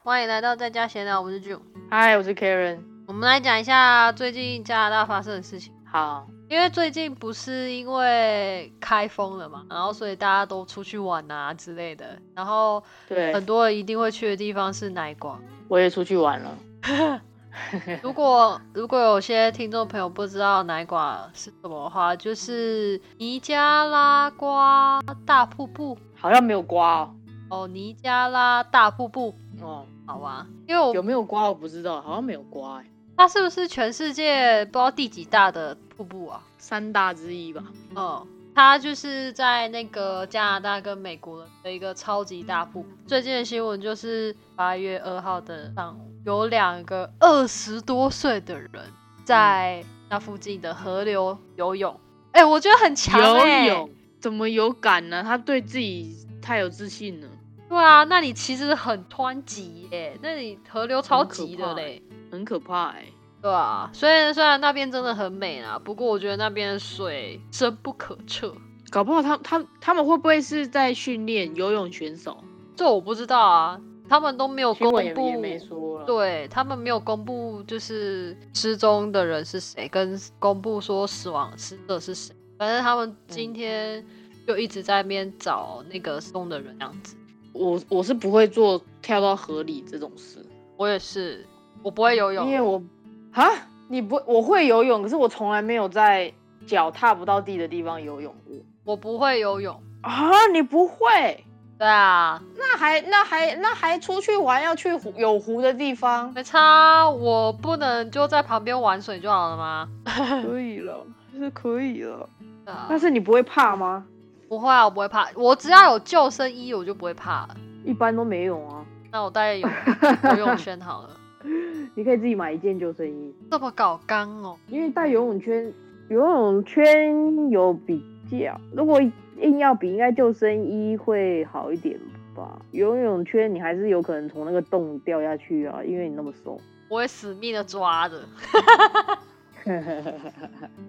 欢迎来到在家闲聊，我是 June。嗨，我是 Karen。我们来讲一下最近加拿大发生的事情，好，因为最近不是因为开封了嘛，然后所以大家都出去玩啊之类的，然后对，很多人一定会去的地方是奶馆。我也出去玩了。如果如果有些听众朋友不知道奶馆是什么的话，就是尼加拉瓜大瀑布好像没有刮哦。哦，尼加拉大瀑布，哦，好吧？因为我有没有刮我不知道，好像没有刮、欸，它是不是全世界不知道第几大的瀑布啊？三大之一吧。嗯，它就是在那个加拿大跟美国的一个超级大瀑布。最近的新闻就是八月二号的上午，有两个二十多岁的人在那附近的河流游泳。哎、我觉得很强、欸，游泳怎么有感呢、他对自己太有自信了，对啊，那你其实很湍急耶、那里河流超急的很可怕欸嘞。很可怕哎、对啊，虽然虽然那边真的很美啦，不过我觉得那边的水深不可测，搞不好他他他们会不会是在训练游泳选手？这我不知道啊，他们都没有新公闻也布也没说了。，对他们没有公布就是失踪的人是谁，跟公布说死亡死者是谁。反正他嗯们今天就一直在那边找那个失踪的人，这样子。我我是不会做跳到河里这种事，我也是，我不会游因为泳，我啊，你不我会游泳，可是我从来没有在脚踏不到地的地方游泳过。我不会游泳。啊，你不会？对啊，那还那还那还出去玩要去湖有湖的地方？没差，我不能就在旁边玩水就好了吗？可以了，是可以了。对啊但是你不会怕吗？不会啊，我不会怕，我只要有救生衣我就不会怕了。一般都没有啊。那我带游游 泳圈好了，你可以自己买一件救生衣，这么搞刚哦，因为带游泳圈，游泳圈有比较。如果硬要比，应该救生衣会好一点吧。游泳圈你还是有可能从那个洞掉下去啊，因为你那么瘦。我会死命的抓的。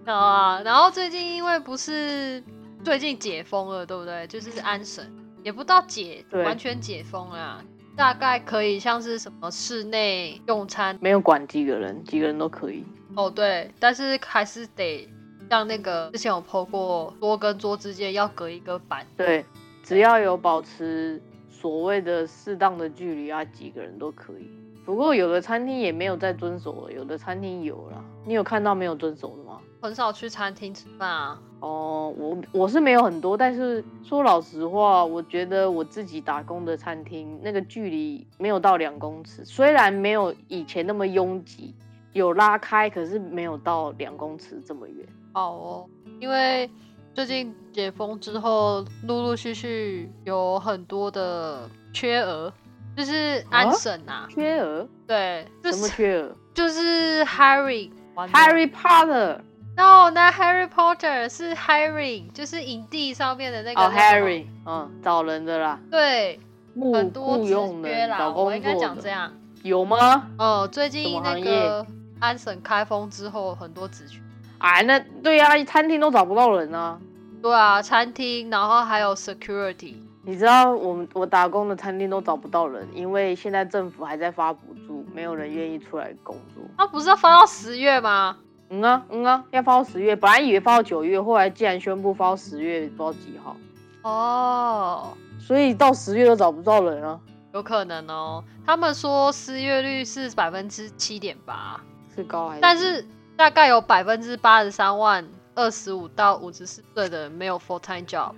啊，然后最近因为不是最近解封了，对不对？就是安省也不到解对完全解封啦，大概可以像是什么室内用餐 没有管几个人，几个人都可以。哦，对，但是还是得像那个之前有 PO 过，桌跟桌之间要隔一个板。对，只要有保持所谓的适当的距离啊，几个人都可以。不过有的餐厅也没有在遵守了，有的餐厅有啦。你有看到没有遵守的吗？很少去餐厅吃饭啊。哦，我我是没有很多，但是说老实话，我觉得我自己打工的餐厅那个距离没有到两公尺，虽然没有以前那么拥挤，有拉开，可是没有到两公尺这么远。好哦，因为最近解封之后，陆陆续续有很多的缺额，就是安省啊，缺额？对，就什么是缺额就是 Harry 完了。 ？Harry Potter no，那 Harry Potter 是 Harry，就是影帝上面的那个哦叫什么，Harry，嗯，找人的啦。对，雇很多雇职佣缺人啦，找工我作应该讲的这样。有吗？哦、最什近么那行个安省开封之后，很多职缺哎，那对呀、餐厅都找不到人啊。对啊，餐厅，然后还有 security，你知道我们我打工的餐厅都找不到人，因为现在政府还在发补助，没有人愿意出来工作。他不是要发到十月吗？嗯啊嗯啊，要发到十月，本来以为发到九月，后来竟然宣布发到十月，不知道几号，哦，所以到十月都找不到人啊，有可能哦。他们说失业率是百分之七点八，是高还是？但是大概有百分之八十三万二十五到五十四岁的人没有 full time job。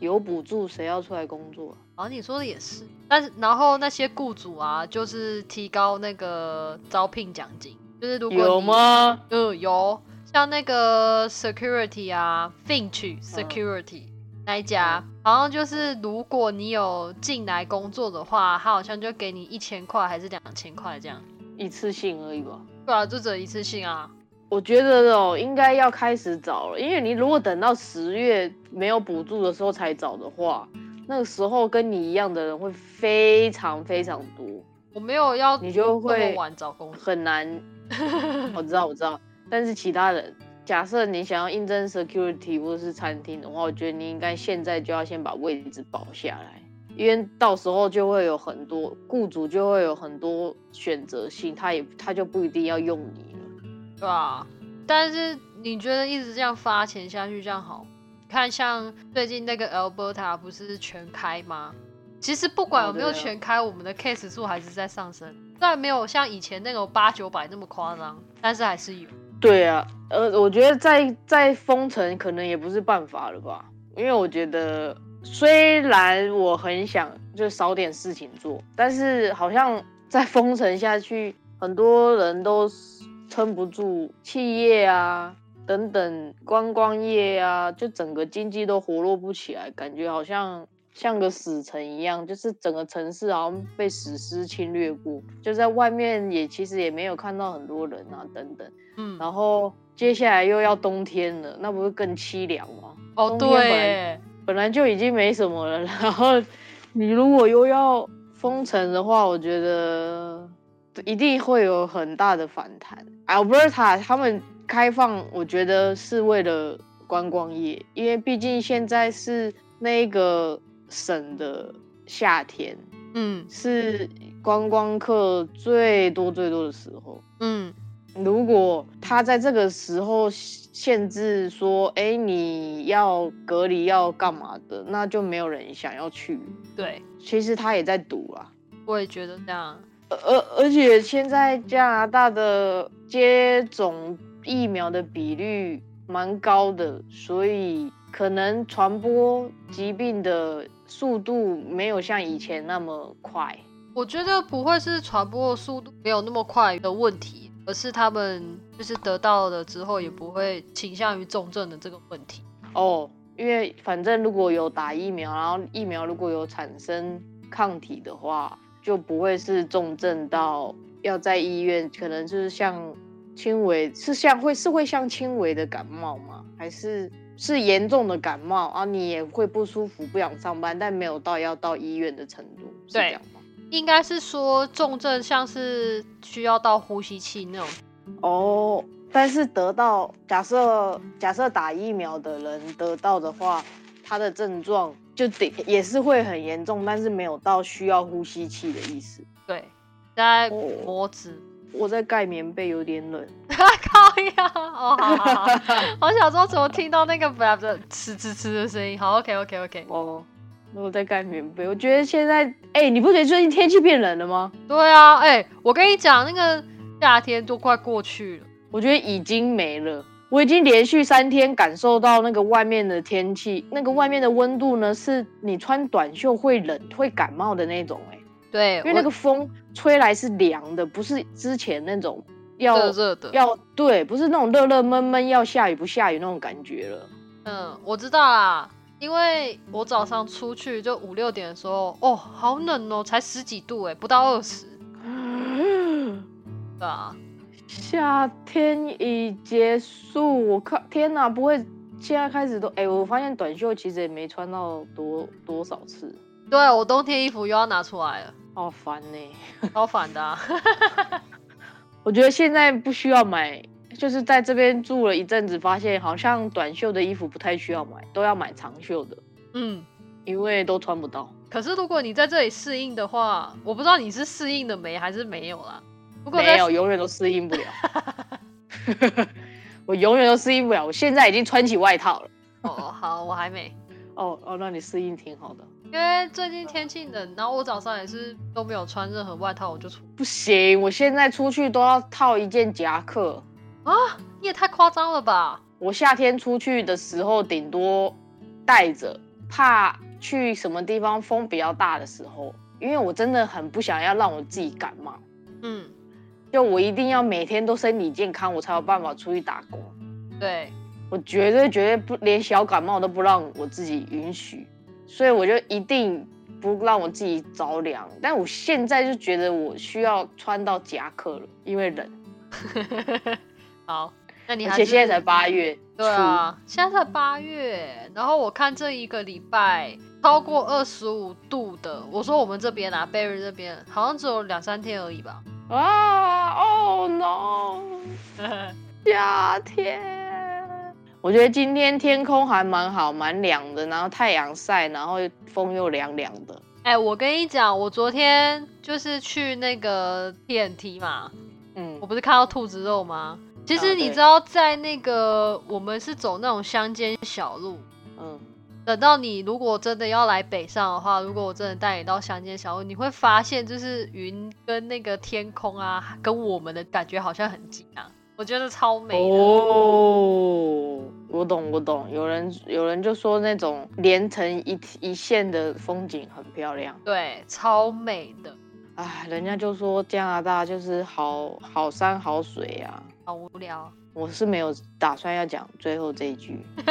有补助，谁要出来工作啊？哦，你说的也是，但是然后那些雇主啊，就是提高那个招聘奖金，就是如果有你吗？嗯，有像那个 security 啊，Finch security、那一嗯家，好像就是如果你有进来工作的话，他好像就给你一千块还是两千块这样。一次性而已吧。对啊，就只有一次性啊。我觉得哦，应该要开始找了，因为你如果等到十月没有补助的时候才找的话，那个时候跟你一样的人会非常非常多，我没有要你就这么会晚找工作。很难。我知道，我知道，但是其他人，假设你想要应征 security 或者是餐厅的话，我觉得你应该现在就要先把位置保下来。因为到时候就会有很多雇主就会有很多选择性，他也他就不一定要用你了。对吧？但是你觉得一直这样发钱下去，这样好？看像最近那个 Alberta 不是全开吗？其实不管哦有没有对啊全开，我们的 case 数还是在上升，虽然没有像以前那种八九百那么夸张，但是还是有。对啊，呃，我觉得在在封城可能也不是办法了吧，因为我觉得虽然我很想就少点事情做，但是好像 在封城下去，很多人都撑不住，企业啊等等观光业啊，就整个经济都活络不起来，感觉好像。像个死城一样，就是整个城市好像被史诗侵略过，就在外面也其实也没有看到很多人啊，等等。嗯，然后接下来又要冬天了，那不是更凄凉吗？哦冬对天本来耶，本来就已经没什么了， 然后你如果又要封城的话，我觉得一定会有很大的反弹。Alberta 他们开放，我觉得是为了观光业，因为毕竟现在是那个省的夏天，嗯是观光客最多最多的时候。嗯，如果他在这个时候限制说，哎、你要隔离要干嘛的，那就没有人想要去。对，其实他也在赌啊，我也觉得这样。而而而且现在加拿大的接种疫苗的比率蛮高的，所以可能传播疾病的速度没有像以前那么快。我觉得不会是传播的速度没有那么快的问题，而是他们就是得到了之后也不会倾向于重症的这个问题。哦，因为反正如果有打疫苗，然后疫苗如果有产生抗体的话，就不会是重症到要在医院，可能就是像轻微，是像会是会像轻微的感冒吗？还是是严重的感冒啊？你也会不舒服，不想上班，但没有到要到医院的程度，是这对样吗？应该是说重症像是需要到呼吸器那种，哦，但是得到假设假设打疫苗的人得到的话，他的症状就得也是会很严重，但是没有到需要呼吸器的意思。对，在哦脖子。 我在盖棉被，有点冷。靠呀！哦，好好好， 我想说怎么听到那个不的呲呲呲的声音？好，OK OK OK。哦，我在盖棉被。我觉得现在，哎、你不觉得最近天气变冷了吗？对啊，哎、我跟你讲，那个夏天都快过去了。我觉得已经没了。我已经连续三天感受到那个外面的天气，那个外面的温度呢，是你穿短袖会冷、会感冒的那种、哎。对，因为那个风吹来是凉的，不是之前那种要我热热的，要对，不是那种热热闷闷要下雨不下雨那种感觉 了。嗯，我知道啦，因为我早上出去就五六点的时候，哦，好冷哦，才十几度哎，不到二十，对啊，夏天已结束，我靠，天哪，不会现在开始都哎、我发现短袖其实也没穿到多多少次，对啊我冬天衣服又要拿出来了，好烦呢、超烦的、啊，我觉得现在不需要买。就是在这边住了一阵子，发现好像短袖的衣服不太需要买，都要买长袖的，嗯。因为都穿不到。可是如果你在这里适应的话，我不知道你是适应的没还是没有啦。如果没在有，永远都适应不了。 我永远都适应不了。我现在已经穿起外套了。哦，好，我还没，哦哦，那你适应挺好的。因为最近天气冷，然后我早上也是都没有穿任何外套，我就出。不行，我现在出去都要套一件夹克。你也太夸张了吧？我夏天出去的时候，顶多带着，怕去什么地方风比较大的时候，因为我真的很不想要让我自己感冒。嗯，就我一定要每天都身体健康，我才有办法出去打工。对， 我绝对绝对不连小感冒都不让我自己允许，所以我就一定不让我自己着凉。但我现在就觉得我需要穿到夹克了，因为冷，好，那你而还且是现在才八月初，对啊，现在才八月，然后我看这一个礼拜超过二十五度的，我说我们这边啊，贝瑞这边好像只有两三天而已吧。 啊，Oh no，夏天。我觉得今天天空还蛮好，蛮凉的，然后太阳晒，然后风又凉凉的。哎、我跟你讲，我昨天就是去那个 TNT 嘛，嗯我不是看到兔子肉吗？其啊实你对知道，在那个我们是走那种乡间小路，嗯，等到你如果真的要来北上的话，如果我真的带你到乡间小路，你会发现就是云跟那个天空啊，跟我们的感觉好像很近啊，我觉得超美的。哦，我懂我懂，有人有人就说那种连成一一线的风景很漂亮，对，超美的。哎，人家就说加拿大就是好好山好水啊。好无聊，我是没有打算要讲最后这一 句，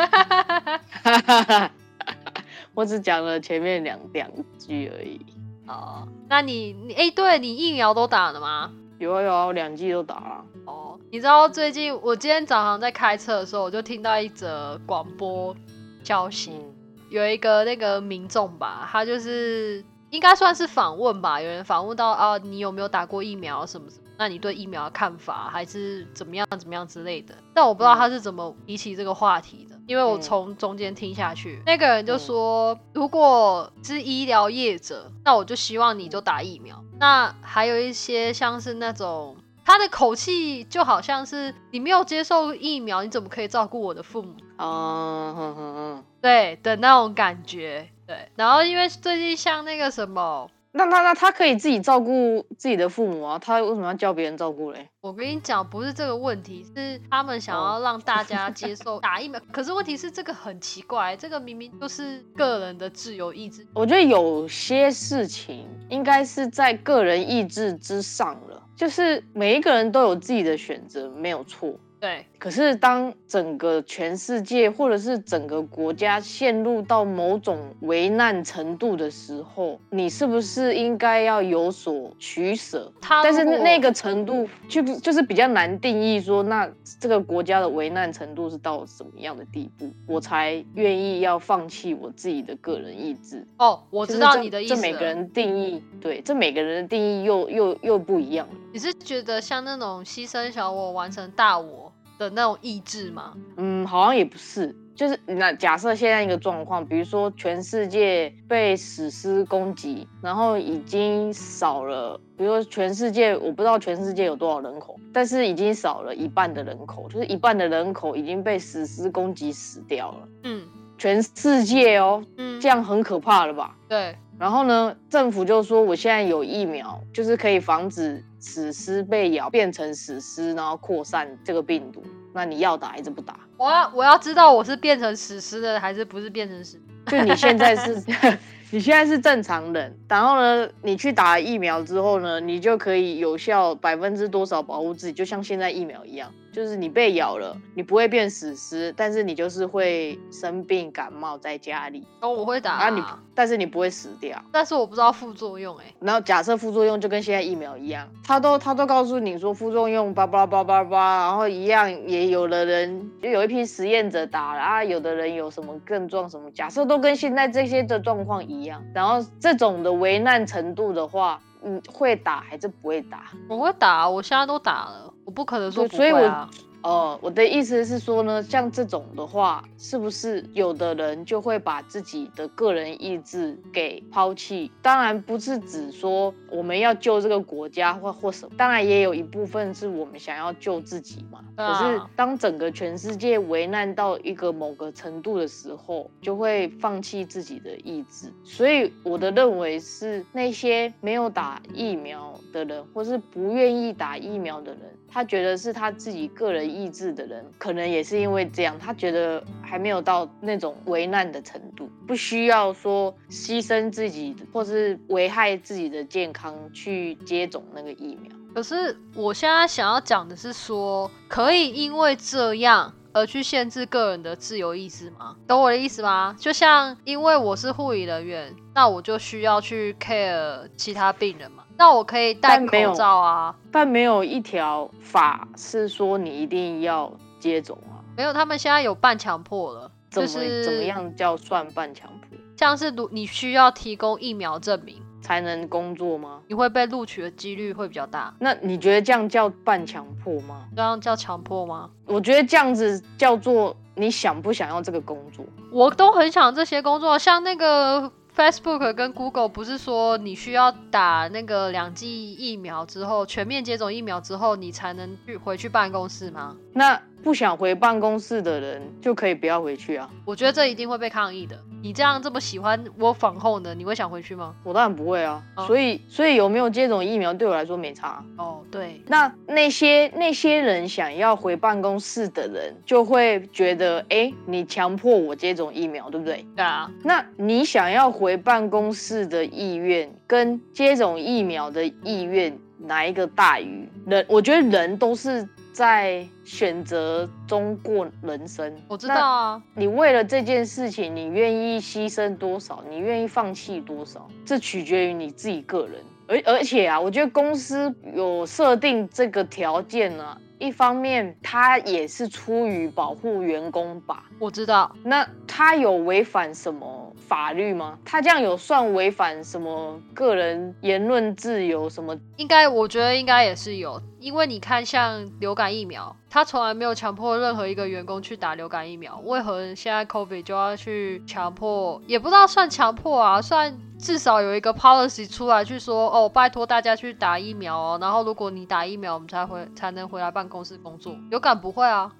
我只讲了前面两两句而已。哦，那你你哎、对你疫苗都打了吗？有啊有啊，我两季都打了。哦，你知道最近我今天早上在开车的时候，我就听到一则广播消息，嗯有一个那个民众吧，他就是应该算是访问吧，有人访问到啊，你有没有打过疫苗什么什么？那你对疫苗的看法还是怎么样怎么样之类的？但我不知道他是怎么提起这个话题的，因为我嗯从中间听下去，那个人就说，如果是医疗业者，那我就希望你就打疫苗。那还有一些像是那种。他的口气就好像是你没有接受疫苗，你怎么可以照顾我的父母啊，哼哼哼对的那种感觉。对，然后因为最近像那个什么，那那那他可以自己照顾自己的父母啊，他为什么要叫别人照顾嘞？我跟你讲，不是这个问题，是他们想要哦让 大家接受打疫苗。可是问题是这个很奇怪，这个明明就是个人的自由意志。我觉得有些事情应该是在个人意志之上了，就是每一个人都有自己的选择，没有错。对可是，当整个全世界或者是整个国家陷入到某种危难程度的时候，你是不是应该要有所取舍？他如但果，是那个程度就不就是比较难定义说，那这个国家的危难程度是到什么样的地步，我才愿意要放弃我自己的个人意志。哦，我就是知道这你的意这思每个了。人定义，对，这每个人的定义又又又不一样。你是觉得像那种牺牲小我完成大我的那种意志吗？嗯，好像也不是，就是那假设现在一个状况，比如说全世界被史诗攻击，然后已经少了，比如说全世界，我不知道全世界有多少人口，但是已经少了一半的人口，就是一半的人口已经被史诗攻击死掉了，嗯全世界哦，嗯，这样很可怕了吧？对然后呢，政府就说我现在有疫苗，就是可以防止史诗被咬变成史诗，然后扩散这个病毒。那你要打还是不打？我要我要知道我是变成史诗的还是不是变成史。就你现在是， 你现在是正常人，然后呢，你去打疫苗之后呢，你就可以有效百分之多少保护自己，就像现在疫苗一样，就是你被咬了，你不会变死尸，但是你就是会生病感冒在家里，哦，我会打、啊你，但是你不会死掉。但是我不知道副作用、欸，哎，然后假设副作用就跟现在疫苗一样，他都他都告诉你说副作用叭叭叭叭叭，然后一样也有的人就有一批实验者打了啊，有的人有什么症状什么，假设都跟现在这些的状况一样，然后这种的危难程度的话，你会打还是不会打？我会打，我现在都打了，我不可能说对不所以会啊。哦，我的意思是说呢，像这种的话，是不是有的人就会把自己的个人意志给抛弃？当然不是指说我们要救这个国家或或什么，当然也有一部分是我们想要救自己嘛。对啊可是当整个全世界危难到一个某个程度的时候，就会放弃自己的意志。所以我的认为是，那些没有打疫苗的人，或是不愿意打疫苗的人，他觉得是他自己个人意志的人，可能也是因为这样，他觉得还没有到那种危难的程度，不需要说牺牲自己或是危害自己的健康去接种那个疫苗。可是我现在想要讲的是说，可以因为这样而去限制个人的自由意志吗？懂我的意思吗？就像因为我是护理人员，那我就需要去 care 其他病人嘛。那我可以戴但没有口罩啊，但没有一条法是说你一定要接种啊。没有，他们现在有半强迫了，怎就么、是怎么，样叫算半强迫？像是如你需要提供疫苗证明，才能工作吗？你会被录取的几率会比较大，那你觉得这样叫半强迫吗？这样叫强迫吗？我觉得这样子叫做你想不想要这个工作？我都很想这些工作，像那个 Facebook 跟 Google 不是说你需要打那个两剂疫苗之后，全面接种疫苗之后，你才能去回去办公室吗？那不想回办公室的人就可以不要回去啊。我觉得这一定会被抗议的。你这样这么喜欢我防控的，你会想回去吗？我当然不会啊，哦所以所以有没有接种疫苗对我来说没差啊、哦，对，那那些那些人想要回办公室的人，就会觉得，哎、你强迫我接种疫苗，对不对？对啊，那你想要回办公室的意愿跟接种疫苗的意愿哪一个大于？人，我觉得人都是在选择中过人生。我知道啊。你为了这件事情，你愿意牺牲多少，你愿意放弃多少，这取决于你自己个人。而而且啊，我觉得公司有设定这个条件呢、一方面它也是出于保护员工吧。我知道，那他有违反什么法律吗？他这样有算违反什么个人言论自由什么？应该我觉得应该也是有，因为你看像流感疫苗，他从来没有强迫任何一个员工去打流感疫苗，为何现在 COVID 就要去强迫？也不知道算强迫啊，算至少有一个 policy 出来去说哦，拜托大家去打疫苗哦，然后如果你打疫苗，我们才回才能回来办公室工作。流感不会啊，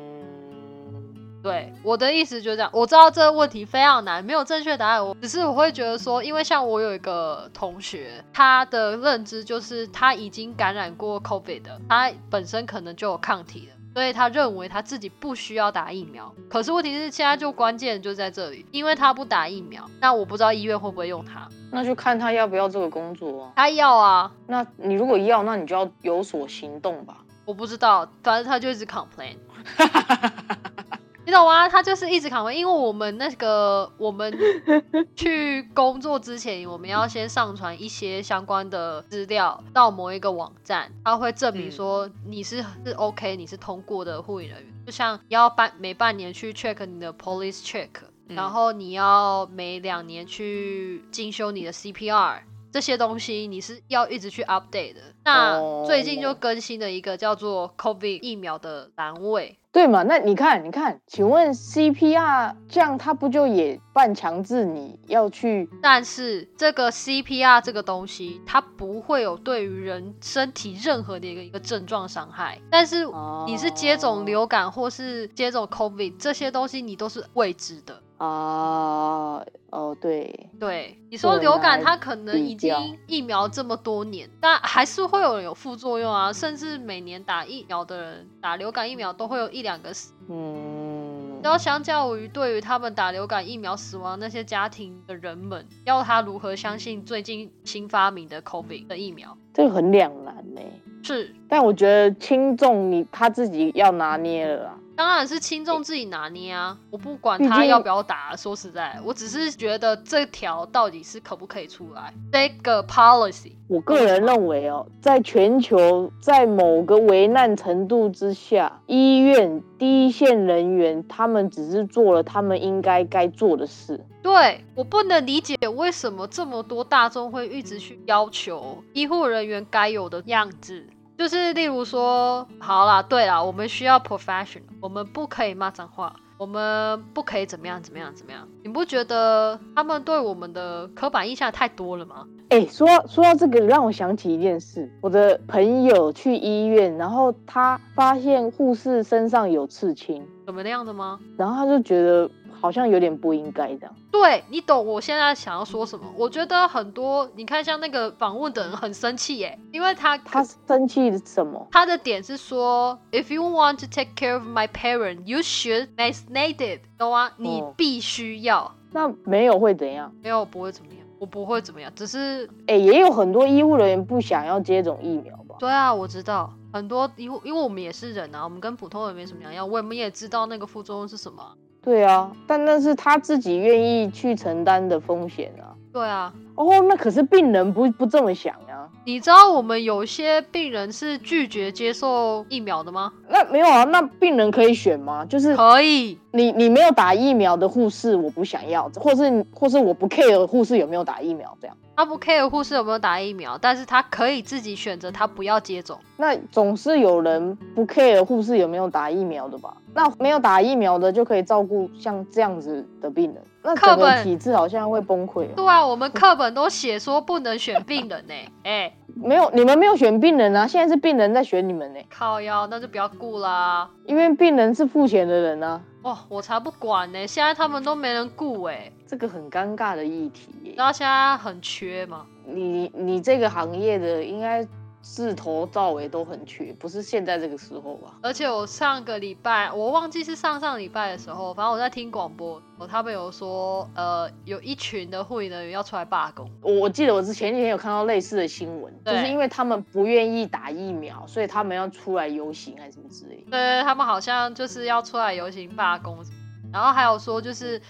嗯，对，我的意思就是这样。我知道这个问题非常难，没有正确答案。我只是我会觉得说，因为像我有一个同学，他的认知就是他已经感染过 COVID 的，他本身可能就有抗体了。所以他认为他自己不需要打疫苗，可是问题是现在就关键就在这里，因为他不打疫苗，那我不知道医院会不会用他。那就看他要不要这个工作啊。他要啊，那你如果要，那你就要有所行动吧。我不知道，反正他就一直 complain。你懂吗？他就是一直 complain，因为我们那个我们去工作之前，我们要先上传一些相关的资料到某一个网站，它会证明说你是是 OK，你是通过的护理人员。就像你要半每半年去 check 你的 police check，、嗯然后你要每两年去进修你的 CPR。这些东西你是要一直去 update 的。那哦最近就更新了一个叫做 COVID 疫苗的栏位，对嘛？那你看，你看，请问 CPR 这样，他不就也半强制你要去？但是这个 CPR 这个东西，它不会有对于人身体任何的一个一个症状伤害。但是哦你是接种流感或是接种 COVID 这些东西，你都是未知的。啊？哦，对，对，你说对流感来它可能比已经较疫苗这么多年，但还是会有人有副作用啊，甚至每年打疫苗的人打流感疫苗都会有一两个死嗯，然后相较于对于他们打流感疫苗死亡那些家庭的人们，要他如何相信最近新发明的 COVID 的疫苗？这个很两难呢、是，但我觉得轻重你他自己要拿捏了啦。当然是轻重自己拿捏啊，我不管毕他竟要不要打。说实在，我只是觉得这条到底是可不可以出来这个 policy。我个人认为哦，在全球在某个危难程度之下，医院第一线人员他们只是做了他们应该该做的事。对我不能理解为什么这么多大众会一直去要求医护人员该有的样子，就是例如说，好啦，对啦，我们需要 professional，我们不可以骂脏话。我们不可以怎么样怎么样怎么样？你不觉得他们对我们的刻板印象太多了吗？哎、说到说到这个，让我想起一件事。我的朋友去医院，然后他发现护士身上有刺青，怎么那样的吗？然后他就觉得好像有点不应该这样。对你懂我现在想要说什么？我觉得很多，你看像那个访问的人很生气耶，因为他他生气什么？他的点是说，if you want to take care of my parent, you should vaccinated，懂吗？你必须要，那没有会怎样？没有不会怎么样，我不会怎么样，只是哎、也有很多医护人员不想要接种疫苗吧？对啊，我知道很多，因为因为我们也是人啊，我们跟普通人没什么两样，我们也知道那个副作用是什么啊。对啊，但那是他自己愿意去承担的风险啊。对啊，哦，那可是病人不不这么想啊。你知道我们有些病人是拒绝接受疫苗的吗？那没有啊，那病人可以选吗？就是可以，你你没有打疫苗的护士，我不想要，或是或是我不 care 护士有没有打疫苗这样。他不 care 护士有没有打疫苗，但是他可以自己选择他不要接种。那总是有人不 care 护士有没有打疫苗的吧？那没有打疫苗的就可以照顾像这样子的病人。那课整个本体制好像会崩溃、哦。对啊，我们课本都写说不能选病人呢、哎、没有，你们没有选病人啊，现在是病人在选你们呢、靠腰那就不要顾啦。因为病人是付钱的人啊，哦，我才不管呢、现在他们都没人顾哎、这个很尴尬的议题耶、然后现在很缺嘛，你你这个行业的应该自头到尾都很缺，不是现在这个时候吧？而且我上个礼拜，我忘记是上上礼拜的时候，反正我在听广播，我他们有说，呃，有一群的护理人员要出来罢工，我我记得我之前几天有看到类似的新闻，就对是因为他们不愿意打疫苗，所以他们要出来游行还是什么之类的。对他们好像就是要出来游行罢工，然后还有说就是，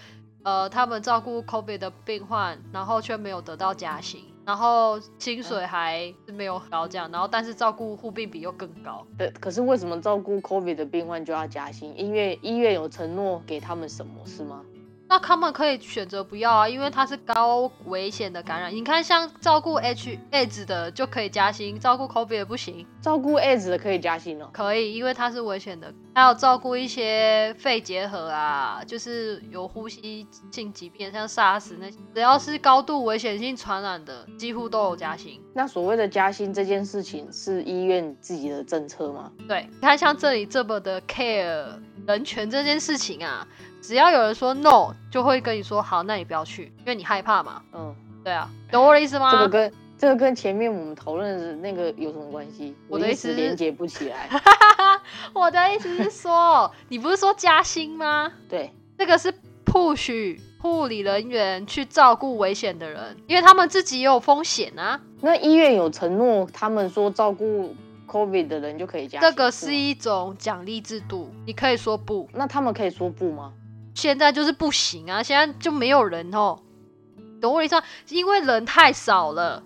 呃，他们照顾 COVID 的病患，然后却没有得到加薪，然后薪水还是没有高这样，然后但是照顾护病比又更高，对，可是为什么照顾 COVID 的病患就要加薪？因为医院有承诺给他们什么，是吗？那他们可以选择不要啊，因为它是高危险的感染。你看，像照顾 H AIDS 的就可以加薪，照顾 COVID 的不行，照顾 AIDS 的可以加薪哦。可以，因为它是危险的。还有照顾一些肺结核啊，就是有呼吸性疾病，像 SARS 那些，只要是高度危险性传染的，几乎都有加薪。那所谓的加薪这件事情是医院自己的政策吗？对，你看像这里这么的 care 人权这件事情啊，只要有人说 no，就会跟你说好，那你不要去，因为你害怕嘛。嗯，对啊，懂我的意思吗？这个跟这个跟前面我们讨论的那个有什么关系？我的意一思时是连接不起来。我的意思是说，你不是说加薪吗？对，这个是 push 护理人员去照顾危险的人，因为他们自己也有风险啊。那医院有承诺，他们说照顾 COVID 的人就可以加薪。这个是吗一种奖励制度，你可以说不，那他们可以说不吗？现在就是不行啊，现在就没有人哦。懂我意思吗？因为人太少了，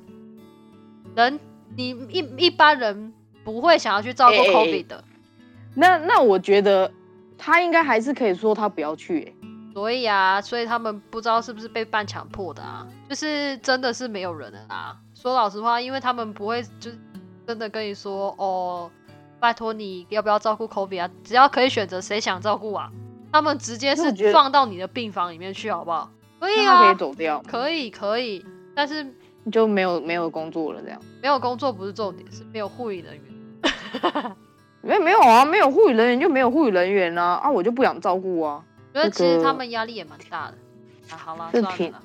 人你一一般人不会想要去照顾哎哎哎 COVID 的，那那我觉得他应该还是可以说他不要去、欸。所以啊，所以他们不知道是不是被半强迫的啊，就是真的是没有人了啊。说老实话，因为他们不会就是真的跟你说哦，拜托你要不要照顾 Kobe 啊？只要可以选择谁想照顾啊，他们直接那我觉是得放到你的病房里面去，好不好？可以那他可啊以，走掉，可以可以，但是就没有没有工作了这样。没有工作不是重点，是没有护理人员。没没有啊，没有护理人员就没有护理人员啊，啊，我就不想照顾啊。觉得其那实个他们压力也蛮大的。啊，好啦，这算了挺啦，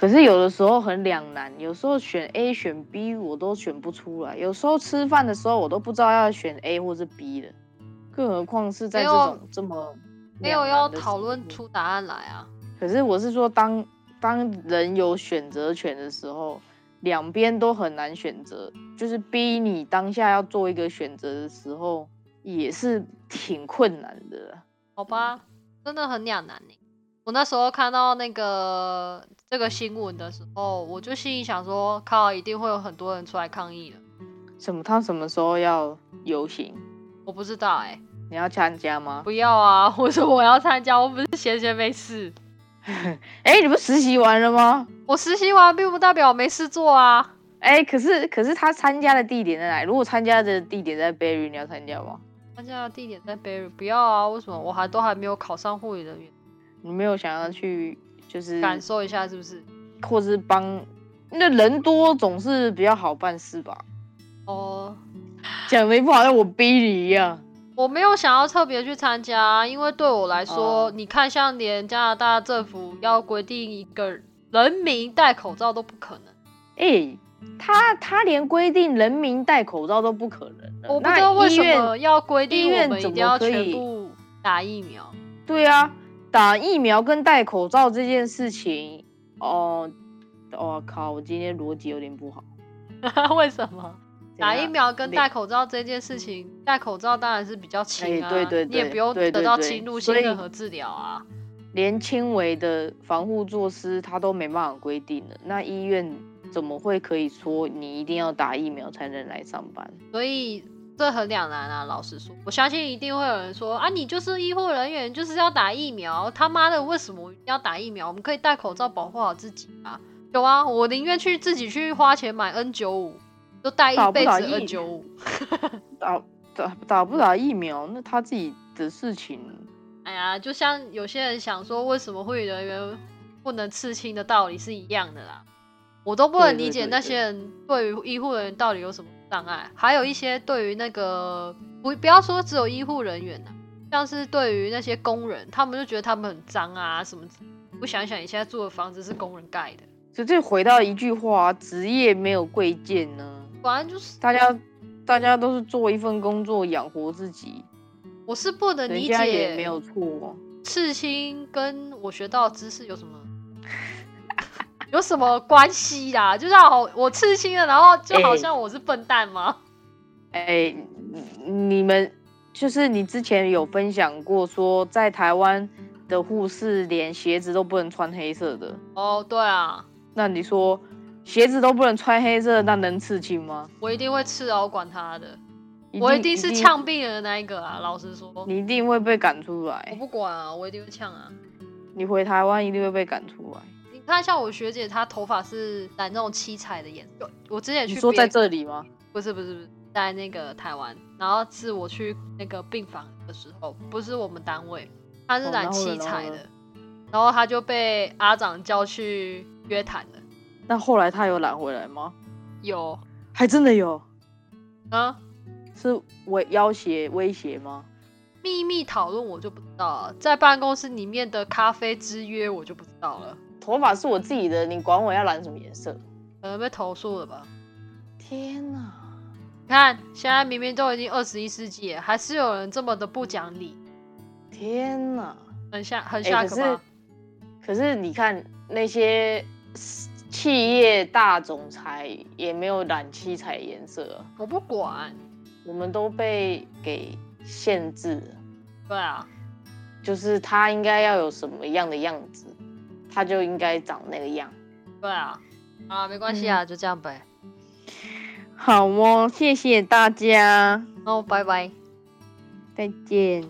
可是有的时候很两难，有时候选 A 选 B 我都选不出来，有时候吃饭的时候我都不知道要选 A 或是 B 的，更何况是在没这有种这么没有两要难的讨时论候。出答案来啊。可是我是说当，当人有选择权的时候，两边都很难选择，就是逼你当下要做一个选择的时候，也是挺困难的啦。好吧，真的很两难呢。我那时候看到那个这个新闻的时候，我就心里想说，靠，一定会有很多人出来抗议的。什么？他什么时候要游行？我不知道哎、你要参加吗？不要啊！ 我说我要参加，我不是闲闲没事。哎、你不是实习完了吗？我实习完并不代表我没事做啊。哎、可是可是他参加的地点在哪里？如果参加的地点在 Berry，你要参加吗？参加的地点在北日，不要啊！为什么我还都还没有考上护理人员？你没有想要去，就是感受一下是不是？或是帮，那人多总是比较好办事吧？哦、讲的一副好像我逼你一样。我没有想要特别去参加，啊因为对我来说，哦你看，像连加拿大政府要规定一个人民戴口罩都不可能，哎、他他连规定人民戴口罩都不可能了，我不知道为什嗯那医么院。要规定医院我们一怎么定要可全以部打疫苗。 对啊，打疫苗跟戴口罩这件事情，哦，我、靠，我今天逻辑有点不好。为什么打怎疫样啊嗯苗跟戴口罩这件事情，戴口罩当然是比较轻啊，哎对对你也对不用对得对到对侵入性所以任何治疗啊。连轻微的防护措施他都没办法规定了，那医院怎么会可以说你一定要打疫苗才能来上班？所以这很两难啊。老实说，我相信一定会有人说啊，你就是医护人员，就是要打疫苗。他妈的，为什么要打疫苗？我们可以戴口罩保护好自己啊。有啊，我宁愿去自己去花钱买 N 九五，都戴一打不辈子打 N 疫九五。打打打不打疫苗，那他自己的事情，哎呀，就像有些人想说，为什么护理人员不能刺青的道理是一样的啦。我都不能对对理解对那对些人对于医护人员到底有什么障碍，还有一些对于那个不不要说只有医护人员啊，像是对于那些工人，他们就觉得他们很脏啊什么之类的。我想一想，你现在住的房子是工人盖的，所以这回到一句话，职业没有贵贱呢，反正就是大家大家都是做一份工作养活自己，我是不能人理家也没解有错哦。刺青跟我学到的知识有什么 有什么关系啦？就像我我刺青了，然后就好哎像我是笨蛋吗？哎，你你们就是你之前有分享过说，在台湾的护士连鞋子都不能穿黑色的，哦，对啊，那你说鞋子都不能穿黑色的，那能刺青吗？我一定会刺啊，我管他的，一我一定是呛病人的那一个啊。老实说，我你一定会被赶出来，不管啊，我一定会呛啊。你回台湾一定会被赶出来。你看，像我学姐，她头发是染那种七彩的颜色。我之前你去说别在这里吗？不是不是不是在那个台湾，然后是我去那个病房的时候，不是我们单位，她是哦染然后呢七彩然后的呢，然后她就被阿长叫去约谈了。那后来他有染回来吗？有还真的有，啊，是威要挟威胁吗？秘密讨论我就不知道了，在办公室里面的咖啡之约我就不知道了，头发是我自己的，你管我要染什么颜色？可能被投诉了吧。天哪！你看，现在明明都已经二十一世纪了，还是有人这么的不讲理，天哪！很下很哎下可可是吗？可是你看那些企业大总裁也没有染七彩颜色啊，我不管，我们都被给限制了，对啊，就是他应该要有什么样的样子，他就应该长那个样。对啊，啊，没关系嗯啊，就这样呗。好哦，谢谢大家，Oh, 那我拜拜。再见。